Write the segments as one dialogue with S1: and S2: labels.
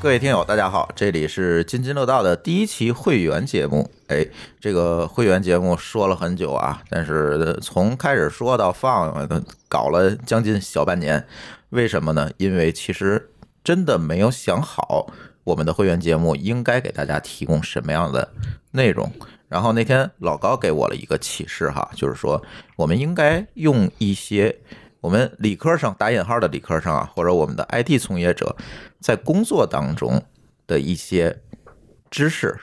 S1: 各位听友，大家好，这里是津津乐道的第一期会员节目。哎，这个会员节目说了很久啊，但是从开始说到放，呃搞了将近小半年。为什么呢？因为其实真的没有想好我们的会员节目应该给大家提供什么样的内容。然后那天老高给我了一个启示哈，就是说我们应该用一些我们理科生打引号的理科生啊，或者我们的 IT 从业者在工作当中的一些知识，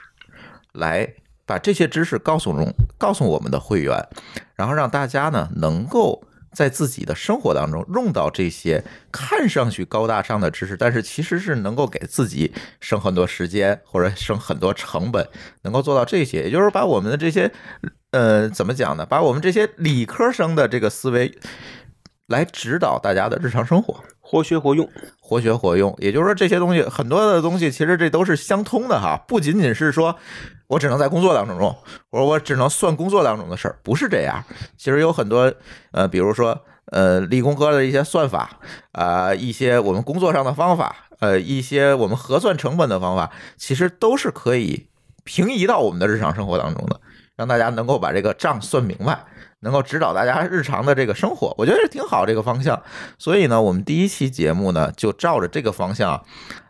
S1: 来把这些知识告诉中告诉我们的会员，然后让大家呢能够。在自己的生活当中用到这些看上去高大上的知识，但是其实是能够给自己省很多时间或者省很多成本，能够做到这些，也就是把我们的这些，呃，怎么讲呢？把我们这些理科生的这个思维来指导大家的日常生活，
S2: 活学活用，
S1: 活学活用。也就是说，这些东西很多的东西，其实这都是相通的哈，不仅仅是说我只能在工作当中用，或者我只能算工作当中的事儿，不是这样。其实有很多呃，比如说呃，理工科的一些算法啊、一些我们工作上的方法，呃，一些我们核算成本的方法，其实都是可以平移到我们的日常生活当中的，让大家能够把这个账算明白。能够指导大家日常的这个生活，我觉得是挺好这个方向。所以呢，我们第一期节目呢，就照着这个方向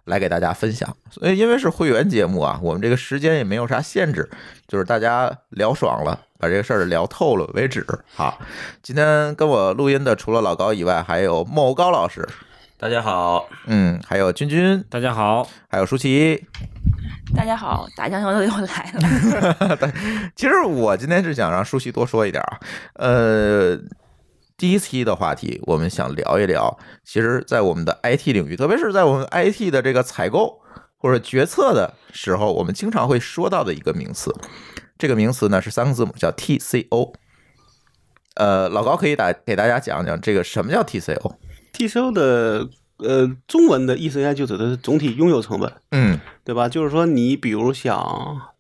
S1: 来给大家分享。所以因为是会员节目啊，我们这个时间也没有啥限制，就是大家聊爽了，把这个事儿聊透了为止。好，今天跟我录音的除了老高以外，还有莫高老师，
S2: 大家好，
S1: 嗯，还有君君，
S3: 大家好，
S1: 还有舒淇。
S4: 大家好，打酱油的又来了。
S1: 其实我今天是想让舒淇多说一点啊，呃，第一期的话题我们想聊一聊，其实，在我们的 IT 领域，特别是在我们 IT 的这个采购或者决策的时候，我们经常会说到的一个名词，这个名词呢是三个字母，叫 TCO。呃，老高可以打给大家讲讲这个什么叫 TCO？
S2: TCO 的呃中文的意思应该就指的是总体拥有成本，
S1: 嗯
S2: 对吧？就是说你比如想，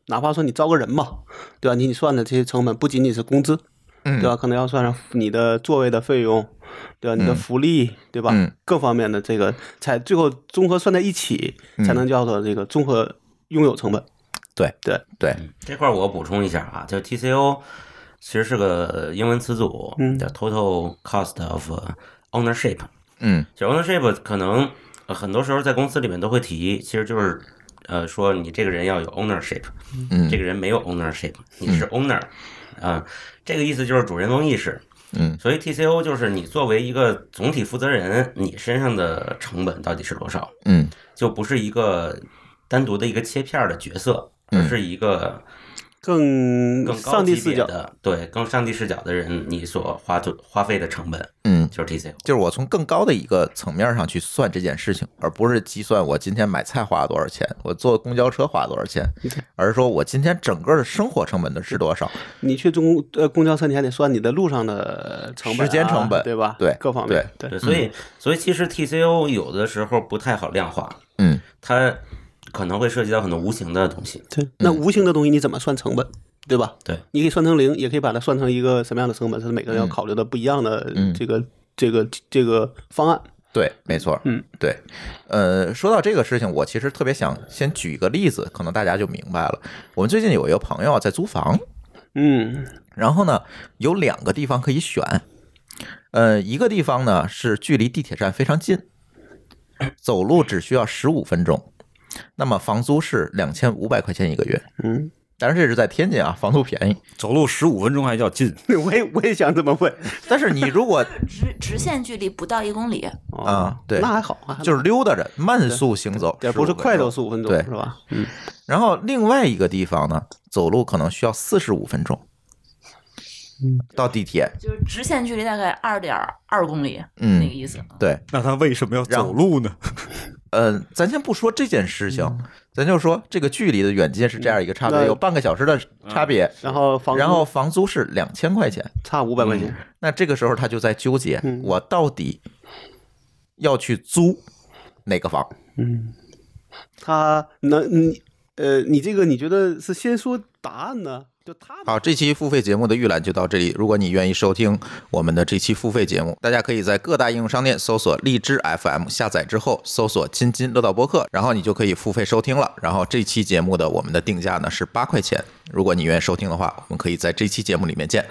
S2: 哪怕说你招个人吧，对吧？你你算的这些成本不仅仅是工资，
S1: 嗯，
S2: 对吧？可能要算上你的座位的费用，对吧？你的
S1: 嗯
S2: 福利，对吧
S1: 嗯？
S2: 各方面的这个才最后综合算在一起，
S1: 嗯
S2: 才能叫做这个综合拥有成本。
S1: 对
S2: 对，
S1: 对，
S5: 嗯这块儿我补充一下啊，就 TCO 其实是个英文词组，
S2: 嗯
S5: 叫 Total Cost of Ownership。
S1: 嗯
S5: 就 ownership 可能、呃很多时候在公司里面都会提，其实就是呃说你这个人要有 ownership，
S1: 嗯
S5: 这个人没有 ownership，你是 owner 啊、这个意思就是主人翁意识。
S1: 嗯
S5: 所以 TCO 就是你作为一个总体负责人，你身上的成本到底是多少？
S1: 嗯
S5: 就不是一个单独的一个切片儿的角色，而
S1: 嗯
S5: 是一个
S2: 更
S5: 更高
S2: 上帝
S5: 级
S2: 视
S5: 别
S2: 角，
S5: 的，对，更上帝视角的人，你所花做花费的成本
S1: 嗯，
S5: 就是 TCO。
S1: 就是我从更高的一个层面上去算这件事情，而不是计算我今天买菜花了多少钱，我坐公交车花了多少钱，而是说我今天整个的生活成本的是多少。
S2: 你去中呃公交车，你还得算你的路上的成本啊、
S1: 时间成本
S2: 对吧？
S1: 对
S2: 各方面对
S5: 对，所
S3: 嗯
S5: 以所以其实 TCO 有的时候不太好量化，
S1: 嗯，
S5: 它可能会涉及到很多无形的东西。
S2: 对，嗯那无形的东西你怎么算成本，对吧？
S5: 对，
S2: 你可以算成零，也可以把它算成一个什么样的成本，这是每个人要考虑的不一样的
S1: 嗯
S2: 这个、这个这个方案。
S1: 对，没错，
S2: 嗯，
S1: 对，呃，说到这个事情，我其实特别想先举一个例子，可能大家就明白了。我们最近有一个朋友啊在租房，
S2: 嗯，
S1: 然后呢，有两个地方可以选，呃，一个地方呢是距离地铁站非常近，走路只需要十五分钟，那么房租是两千五百块钱一个月，
S2: 嗯，
S1: 当然这是在天津啊，房租便宜。
S3: 走路十五分钟还叫近，
S2: 我也我也想这么问
S1: 但是你如果
S4: 直直线距离不到一公里，
S2: 哦
S1: 啊对
S2: 那还好啊，
S1: 就是溜达着慢速行走，
S2: 也不是
S1: 15分钟
S2: 快走十五分钟
S1: 对
S2: 是吧？嗯，
S1: 然后另外一个地方呢，走路可能需要四十五分钟，
S2: 嗯
S1: 到地铁，
S4: 就是直线距离大概二点二公里，
S1: 嗯
S4: 那个意思。
S1: 对，
S3: 那他为什么要走路呢？
S1: 嗯，咱先不说这件事情，
S2: 嗯
S1: 咱就说这个距离的远近是这样一个差别，
S2: 那
S1: 有半个小时的差别，
S2: 然后嗯房
S1: 然后嗯房租是两千块钱，
S2: 差五百块钱，
S1: 那这个时候他就在纠结
S2: 嗯，
S1: 我到底要去租哪个房？
S2: 嗯，他能你呃，你这个你觉得是先说答案呢，就他们
S1: 好，这期付费节目的预览就到这里。如果你愿意收听我们的这期付费节目，大家可以在各大应用商店搜索荔枝 FM，下载之后搜索“津津乐道播客”，然后你就可以付费收听了。然后这期节目的我们的定价呢是八块钱，如果你愿意收听的话，我们可以在这期节目里面见。